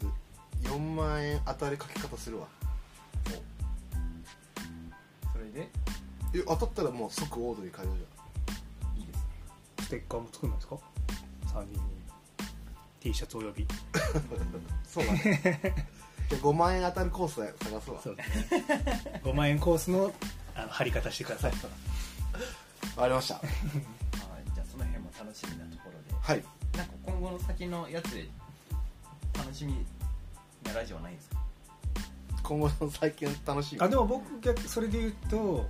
[SPEAKER 2] 4万円当たるかけ方するわ
[SPEAKER 1] それで
[SPEAKER 2] え当たったらもう 即オードリー会場じ
[SPEAKER 1] いいですね
[SPEAKER 3] ステッカーも作るんですか3人に T シャツおよび
[SPEAKER 2] ゃんそうだね じゃあ5万円当たるコース探すわ
[SPEAKER 3] そうですね5万円コースのあの貼り方してください
[SPEAKER 2] わかりました
[SPEAKER 1] はいじゃあその辺も楽しみなところで
[SPEAKER 2] はい
[SPEAKER 1] なんか今後の先のやつで楽しみなラジオないんですか
[SPEAKER 2] 今後の最近楽しみ
[SPEAKER 3] あでも僕逆それで言うと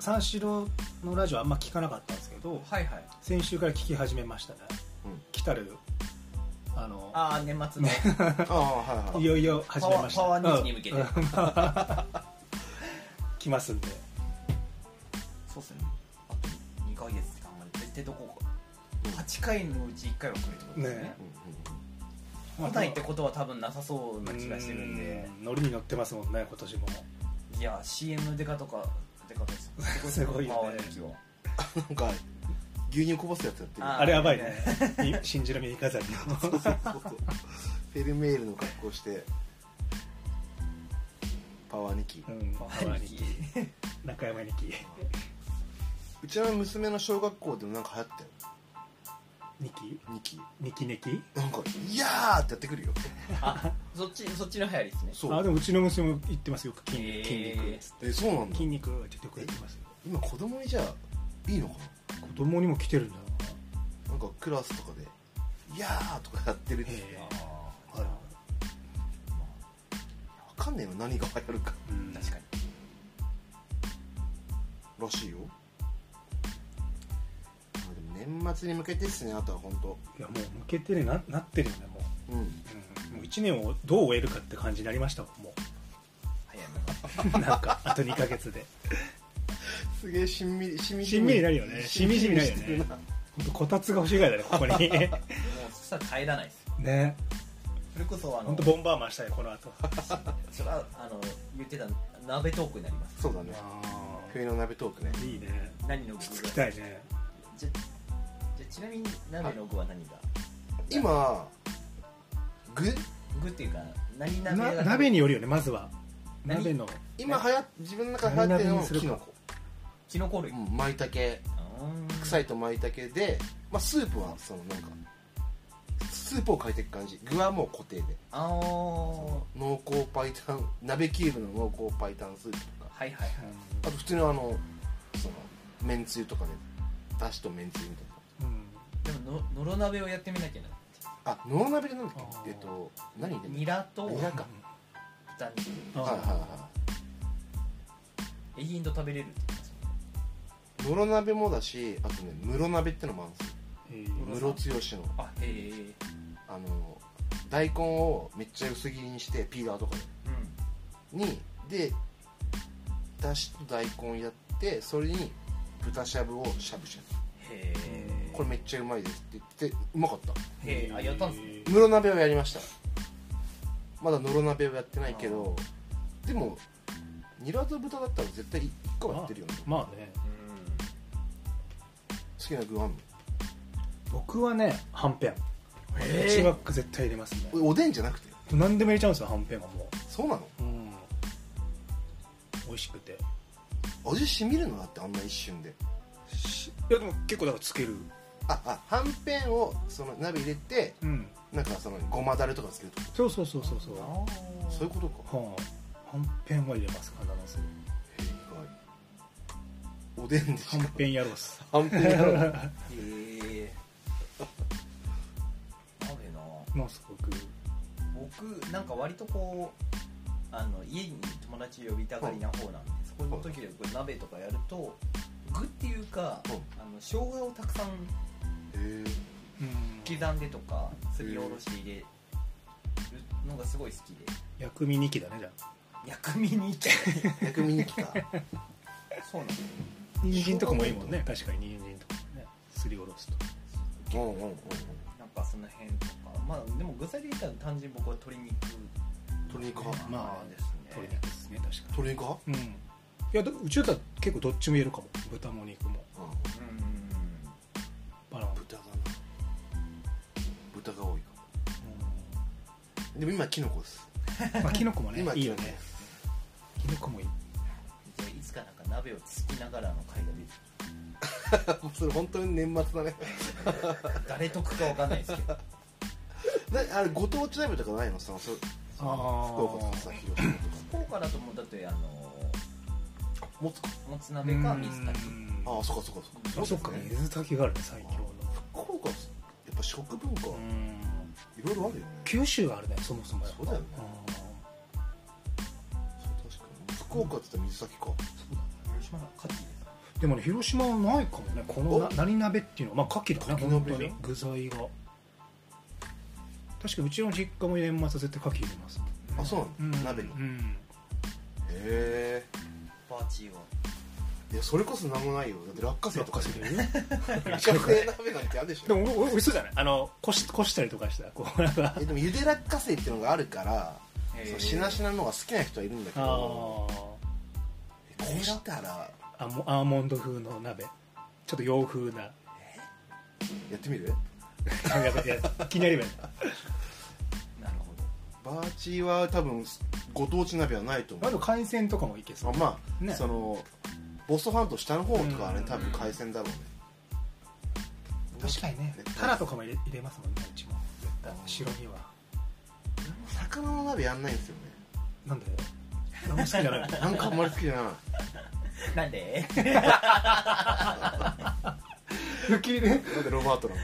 [SPEAKER 3] 三四郎のラジオあんま聞かなかったんですけど
[SPEAKER 1] はいはい
[SPEAKER 3] 先週から聞き始めましたね、
[SPEAKER 2] うん
[SPEAKER 3] 来たるあの
[SPEAKER 1] ああ年末の
[SPEAKER 2] ああはいはいい
[SPEAKER 3] よいよ始めました
[SPEAKER 1] パワーパワーニュースに向けて
[SPEAKER 3] うん来ますんで
[SPEAKER 1] そ うっすねあと2ヶ月間まで絶対どこか8回のうち1回は来るってことですね
[SPEAKER 3] ね
[SPEAKER 2] うんうん
[SPEAKER 1] 来ないってことは多分なさそうな気がしてるんで
[SPEAKER 3] うんノリに乗ってますもんね今年も
[SPEAKER 1] いや CM デカとかデカです
[SPEAKER 3] すごいよね
[SPEAKER 1] パワー人気を
[SPEAKER 2] うんなんか牛乳こぼすやつやってる
[SPEAKER 1] あ
[SPEAKER 3] あれやばいね信じられみ飾り
[SPEAKER 2] そ
[SPEAKER 3] の
[SPEAKER 2] うそうそう フェルメールの格好してパワーニキ
[SPEAKER 3] うん
[SPEAKER 1] パワー人気
[SPEAKER 3] 中山にき
[SPEAKER 2] うちの娘の小学校でもなんか流行ったよ
[SPEAKER 3] ニキ
[SPEAKER 2] ニキ
[SPEAKER 3] ニキネキ
[SPEAKER 2] なんか「いやー!」ってやってくるよ
[SPEAKER 1] あそっちそっちの流行りですね
[SPEAKER 2] そ
[SPEAKER 3] あで
[SPEAKER 2] う
[SPEAKER 3] もうちの娘も言ってますよく筋
[SPEAKER 1] へー
[SPEAKER 3] 肉筋肉っつって
[SPEAKER 2] えそうなんだ
[SPEAKER 3] 筋肉ってよく言ってますよ
[SPEAKER 2] 今子供にじゃあいいのか
[SPEAKER 3] 子供にも来てるんだ
[SPEAKER 2] ななんかクラスとかで「いやー!」とかやってるって
[SPEAKER 3] へ
[SPEAKER 1] あー
[SPEAKER 3] な
[SPEAKER 2] わかんねえの何が流行るか
[SPEAKER 3] うん
[SPEAKER 1] 確かに
[SPEAKER 2] らしいよまあでも年末に向けてっすねあとは本当
[SPEAKER 3] いやもう向けてねななってるよねもう
[SPEAKER 2] うん
[SPEAKER 3] うんもう1年をどう終えるかって感じになりましたもんも
[SPEAKER 1] 早いう
[SPEAKER 3] なんかあと2ヶ月 です
[SPEAKER 2] げえしんみりしみ
[SPEAKER 3] しんみりなるよねしんみりしみなるよね
[SPEAKER 2] してるな
[SPEAKER 3] 本当こたつが欲しいぐらいだねここ に
[SPEAKER 1] なもうそしたら帰らないです
[SPEAKER 3] ね
[SPEAKER 1] それこそあ
[SPEAKER 3] 本
[SPEAKER 1] の
[SPEAKER 3] 当ボンバーマンしたいこの後
[SPEAKER 1] それはあの言ってた鍋トークになります
[SPEAKER 2] そうだね冬の鍋トークね
[SPEAKER 3] いいね
[SPEAKER 1] 何の具が
[SPEAKER 3] つきたいね
[SPEAKER 1] じゃじゃちなみに鍋の具は何が
[SPEAKER 2] 今具
[SPEAKER 1] 具っていうか何鍋
[SPEAKER 3] な
[SPEAKER 1] が
[SPEAKER 3] 鍋によるよねまずは
[SPEAKER 1] 何
[SPEAKER 3] 鍋の
[SPEAKER 2] 今はや自分の中で流行ってるの
[SPEAKER 3] 何鍋に
[SPEAKER 2] は
[SPEAKER 3] する
[SPEAKER 2] キ
[SPEAKER 3] か
[SPEAKER 2] ノコ
[SPEAKER 1] キノコ類、
[SPEAKER 2] うん舞茸臭いと舞茸でまあスープはそのなんかスープを変えていく感じ具はもう固定で
[SPEAKER 1] ああー
[SPEAKER 2] 濃厚白湯鍋キューブの濃厚白湯スープとか
[SPEAKER 1] はいはいはい
[SPEAKER 2] あと普通のあのそのめんつゆとかでだしとめんつゆみたい
[SPEAKER 3] うん
[SPEAKER 1] でもののろ鍋をやってみなきゃな
[SPEAKER 2] なあ脳鍋でなんだっ
[SPEAKER 3] あー
[SPEAKER 2] けえっと何入れる
[SPEAKER 1] ニラと
[SPEAKER 2] ニラか
[SPEAKER 1] 豚肉
[SPEAKER 3] あ
[SPEAKER 2] はいはい
[SPEAKER 3] ー
[SPEAKER 2] は
[SPEAKER 1] 永遠と食べれるって言ってましたね
[SPEAKER 2] いのろ鍋もだしあとね室鍋ってのもあるんですよ
[SPEAKER 3] え
[SPEAKER 2] ムロツヨシの
[SPEAKER 1] あへえ
[SPEAKER 2] あの大根をめっちゃ薄切りにしてピーラーとか
[SPEAKER 1] うん
[SPEAKER 2] でにでだしと大根やってそれに豚しゃぶをしゃぶしゃ
[SPEAKER 1] へえ
[SPEAKER 2] ぶこれめっちゃうまいですって言ってうまかった
[SPEAKER 1] へえあやったんですね
[SPEAKER 3] ね
[SPEAKER 2] 室鍋をやりましたまだのろ鍋をやってないけどでもニラと豚だったら絶対1個はやってるよね好
[SPEAKER 3] まあね
[SPEAKER 2] きな具あんの
[SPEAKER 3] 僕はねはんぺん
[SPEAKER 1] へ
[SPEAKER 3] うちは絶対入れますね
[SPEAKER 2] おおでんじゃなくて
[SPEAKER 3] 何でも入れちゃうんですよはんぺんはも
[SPEAKER 2] そうなの
[SPEAKER 3] ううん美味しくて
[SPEAKER 2] 味しみるのだってあんな一瞬で
[SPEAKER 3] しいやでも結構だからつける
[SPEAKER 2] ああはんぺんをその鍋入れて
[SPEAKER 3] うん
[SPEAKER 2] なんかそのごまだれとかつけるとか
[SPEAKER 3] そうそうそうそうそうは
[SPEAKER 1] あ
[SPEAKER 2] そういうことか
[SPEAKER 3] あはんぺんは入れます必ず
[SPEAKER 2] へえ意外おでんでし
[SPEAKER 3] はんぺんやろうっす
[SPEAKER 2] はんぺんやろう
[SPEAKER 1] へえ鍋な
[SPEAKER 3] まあすごく
[SPEAKER 1] 僕なんか割とこうあの家に友達呼びたがりな方なんでそこの時でこう鍋とかやると具っていうか
[SPEAKER 2] うん
[SPEAKER 1] あの生姜をたくさん
[SPEAKER 2] へ
[SPEAKER 3] うん
[SPEAKER 1] 刻んでとかすりおろして入れるのがすごい好きで
[SPEAKER 3] 薬味2期だねじゃあ
[SPEAKER 1] 薬味に
[SPEAKER 2] え薬味に来
[SPEAKER 1] そ
[SPEAKER 2] た
[SPEAKER 1] うなんですよ
[SPEAKER 3] 人参とかもいいもんね確かに人参とかもねすりおろすと
[SPEAKER 2] うんうんうんうん
[SPEAKER 1] なんかその辺とかまあでも具材で言ったら単純に僕は鶏肉
[SPEAKER 2] 鶏肉
[SPEAKER 1] ま
[SPEAKER 2] 派
[SPEAKER 3] まあ
[SPEAKER 1] あです
[SPEAKER 3] 鶏
[SPEAKER 1] ね
[SPEAKER 3] 肉ですね確か
[SPEAKER 2] 鶏肉派
[SPEAKER 3] にうんいやだうちだったら結構どっちも入れるかも豚も肉も
[SPEAKER 2] うん
[SPEAKER 1] うん
[SPEAKER 3] バラン
[SPEAKER 2] 豚だな豚が多いかもでも今キノコです
[SPEAKER 3] うんまあキノコもね
[SPEAKER 2] 今
[SPEAKER 3] いいよねキノコもいい
[SPEAKER 1] じゃあいつかなんか鍋をつきながらの会が出て
[SPEAKER 2] もう それ本当に年末だね
[SPEAKER 1] 誰得かわかんないですけど
[SPEAKER 2] なあれご当地鍋とかないのそのそそ
[SPEAKER 3] あー
[SPEAKER 2] の福岡とかさ広島と
[SPEAKER 1] 福岡だともうだってあの
[SPEAKER 2] か持つか
[SPEAKER 1] もつ鍋か水炊き
[SPEAKER 3] うん
[SPEAKER 2] ああそっかそっかそっか
[SPEAKER 3] あそっか
[SPEAKER 2] ね
[SPEAKER 3] 水炊きがあるね最強の
[SPEAKER 2] 福岡やっぱ食文化い
[SPEAKER 3] うん
[SPEAKER 2] ろいろあるよね
[SPEAKER 3] 九州があるねそもそもやっぱ
[SPEAKER 2] そうだよね
[SPEAKER 3] うん
[SPEAKER 2] そう確かに福岡って言ったら水先か
[SPEAKER 3] そうだね
[SPEAKER 1] 広島のカキですか
[SPEAKER 3] でもね広島はないかもねこのな
[SPEAKER 2] お
[SPEAKER 3] 何鍋っていうのはまあ牡蠣だね
[SPEAKER 2] 牡蠣
[SPEAKER 3] 本
[SPEAKER 2] 鍋
[SPEAKER 3] 当に具材が確かにうちの実家も年末は絶対牡蠣入れます、
[SPEAKER 2] あそうなんだ、鍋に、
[SPEAKER 3] う
[SPEAKER 2] へ
[SPEAKER 3] ん
[SPEAKER 2] え
[SPEAKER 1] バーチーはい
[SPEAKER 2] やそれこそ何もないよだって落花生と
[SPEAKER 3] 落
[SPEAKER 2] か
[SPEAKER 3] 花
[SPEAKER 2] 落
[SPEAKER 3] 生入れる
[SPEAKER 2] 花生鍋なんてあるでし
[SPEAKER 3] で
[SPEAKER 2] ょ
[SPEAKER 3] もおお美味しそうじゃないあのこしこしたりとかしたらこうなんか
[SPEAKER 2] えでもゆで落花生っていうのがあるから
[SPEAKER 1] へー
[SPEAKER 2] そうしなしなのが好きな人はいるんだけ
[SPEAKER 3] あ
[SPEAKER 2] ど
[SPEAKER 3] ー
[SPEAKER 2] こうしたら
[SPEAKER 3] アモアーモンド風の鍋ちょっと洋風な
[SPEAKER 2] やってみる
[SPEAKER 3] 考え方やつ気になりばいい
[SPEAKER 1] なるほ
[SPEAKER 2] バーチーは多分ご当地鍋はないと思
[SPEAKER 3] あ
[SPEAKER 2] う
[SPEAKER 3] と海鮮とかもいけそう
[SPEAKER 2] あまあ、
[SPEAKER 3] ね
[SPEAKER 2] そのボスト半島下の方とかはね
[SPEAKER 3] うん
[SPEAKER 2] 多分海鮮だろうね
[SPEAKER 3] 確かにね
[SPEAKER 2] 絶対
[SPEAKER 3] タラとかも入れ入れますもんねうちも絶対
[SPEAKER 2] うん
[SPEAKER 3] 白身は
[SPEAKER 2] 魚の鍋やんないんですよね
[SPEAKER 3] なんであんま好きじゃ ない
[SPEAKER 2] なんかあんまり好きじゃない
[SPEAKER 1] どなんで
[SPEAKER 3] 不気味ね
[SPEAKER 2] なんでロバートな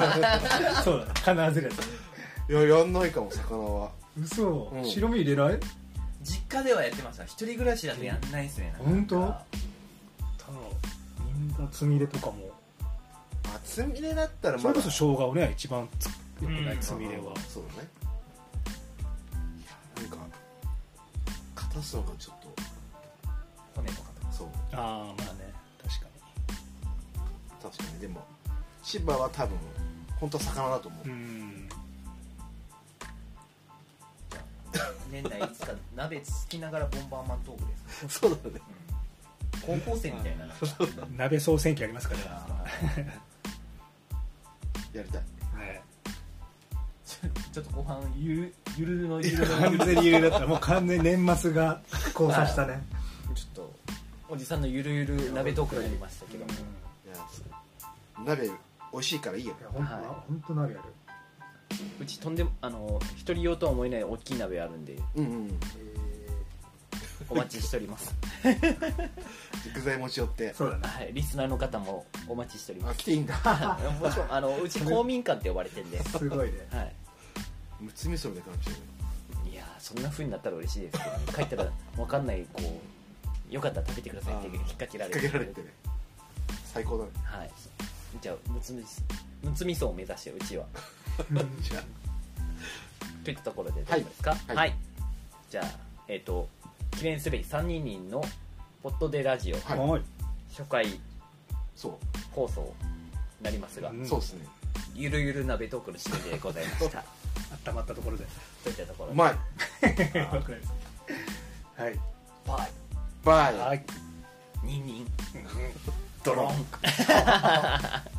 [SPEAKER 2] の
[SPEAKER 3] そうだ金外れた
[SPEAKER 2] いややんないかも魚は
[SPEAKER 3] 嘘、
[SPEAKER 2] うん
[SPEAKER 3] 白身入れない
[SPEAKER 1] 実家ではやってました一人暮らしだとやんないですね
[SPEAKER 3] ほんと
[SPEAKER 1] なんか
[SPEAKER 3] ただみんなつみれとかも
[SPEAKER 2] あつみれだったら
[SPEAKER 3] そ
[SPEAKER 2] ま
[SPEAKER 3] れ
[SPEAKER 2] だ
[SPEAKER 3] こそ生姜をね一番つよくな
[SPEAKER 1] う
[SPEAKER 3] い
[SPEAKER 1] ん
[SPEAKER 3] つみれは
[SPEAKER 2] そうだねいやなんか片すのがちょっと
[SPEAKER 1] 骨とかとか
[SPEAKER 2] そう
[SPEAKER 3] ああまあね確か
[SPEAKER 2] 確かにでも千葉は多分本当は魚だと思う、
[SPEAKER 3] にうん
[SPEAKER 1] 年内いつか鍋つきながらボンバーマントークです、
[SPEAKER 2] そうだね
[SPEAKER 1] うん高校生みたいななんか
[SPEAKER 3] 鍋総選挙ありますから
[SPEAKER 2] やりたい
[SPEAKER 3] ね
[SPEAKER 1] ちょっと後半ゆるゆるのゆるの
[SPEAKER 3] 完全に言うだったもう完全に年末が交差したね
[SPEAKER 1] ちょっとおじさんのゆるゆる鍋トークになりましたけども
[SPEAKER 2] いやそう鍋美味しいからいいよ
[SPEAKER 3] いや本当な
[SPEAKER 1] は
[SPEAKER 3] 本当鍋ある
[SPEAKER 1] うちとんでもあの一人用とは思えない大きい鍋あるんで
[SPEAKER 2] うんうん
[SPEAKER 1] お待ちしております
[SPEAKER 2] 食材持ち寄って
[SPEAKER 3] そうだな
[SPEAKER 1] はいリスナーの方もお待ちしておりま
[SPEAKER 2] あ
[SPEAKER 1] す
[SPEAKER 2] 来ていいんだ
[SPEAKER 1] もちろんあのうち公民館って呼ばれてるんで、
[SPEAKER 3] すごいね
[SPEAKER 1] はい、
[SPEAKER 2] むつみそれで感じる
[SPEAKER 1] いやーそんな風になったら嬉しいですけど、ね、帰ったら分かんないこうよかったら食べてくださいって
[SPEAKER 2] あー
[SPEAKER 1] 引っ掛けら
[SPEAKER 2] 引っ
[SPEAKER 1] れて
[SPEAKER 2] 掛けられてね最高だね
[SPEAKER 1] はいじゃあむつみむつみ層を目指してうちは
[SPEAKER 2] じゃ
[SPEAKER 1] といったところで大丈夫ですかは、
[SPEAKER 2] はいい
[SPEAKER 1] じゃあえっ、と記念すべき3人のポッドでラジオ
[SPEAKER 2] あはい
[SPEAKER 3] はい
[SPEAKER 1] 初回
[SPEAKER 2] そ
[SPEAKER 1] 放送になりますが、
[SPEAKER 3] うん
[SPEAKER 2] うそうですね
[SPEAKER 1] ゆるゆる鍋トークの締めでございました
[SPEAKER 4] 温まったところで
[SPEAKER 1] といったところ
[SPEAKER 2] う
[SPEAKER 1] で
[SPEAKER 2] まい
[SPEAKER 4] わかりましたはい
[SPEAKER 1] バ
[SPEAKER 2] バイ
[SPEAKER 4] はい
[SPEAKER 1] イニンニン
[SPEAKER 2] ドローン
[SPEAKER 1] ン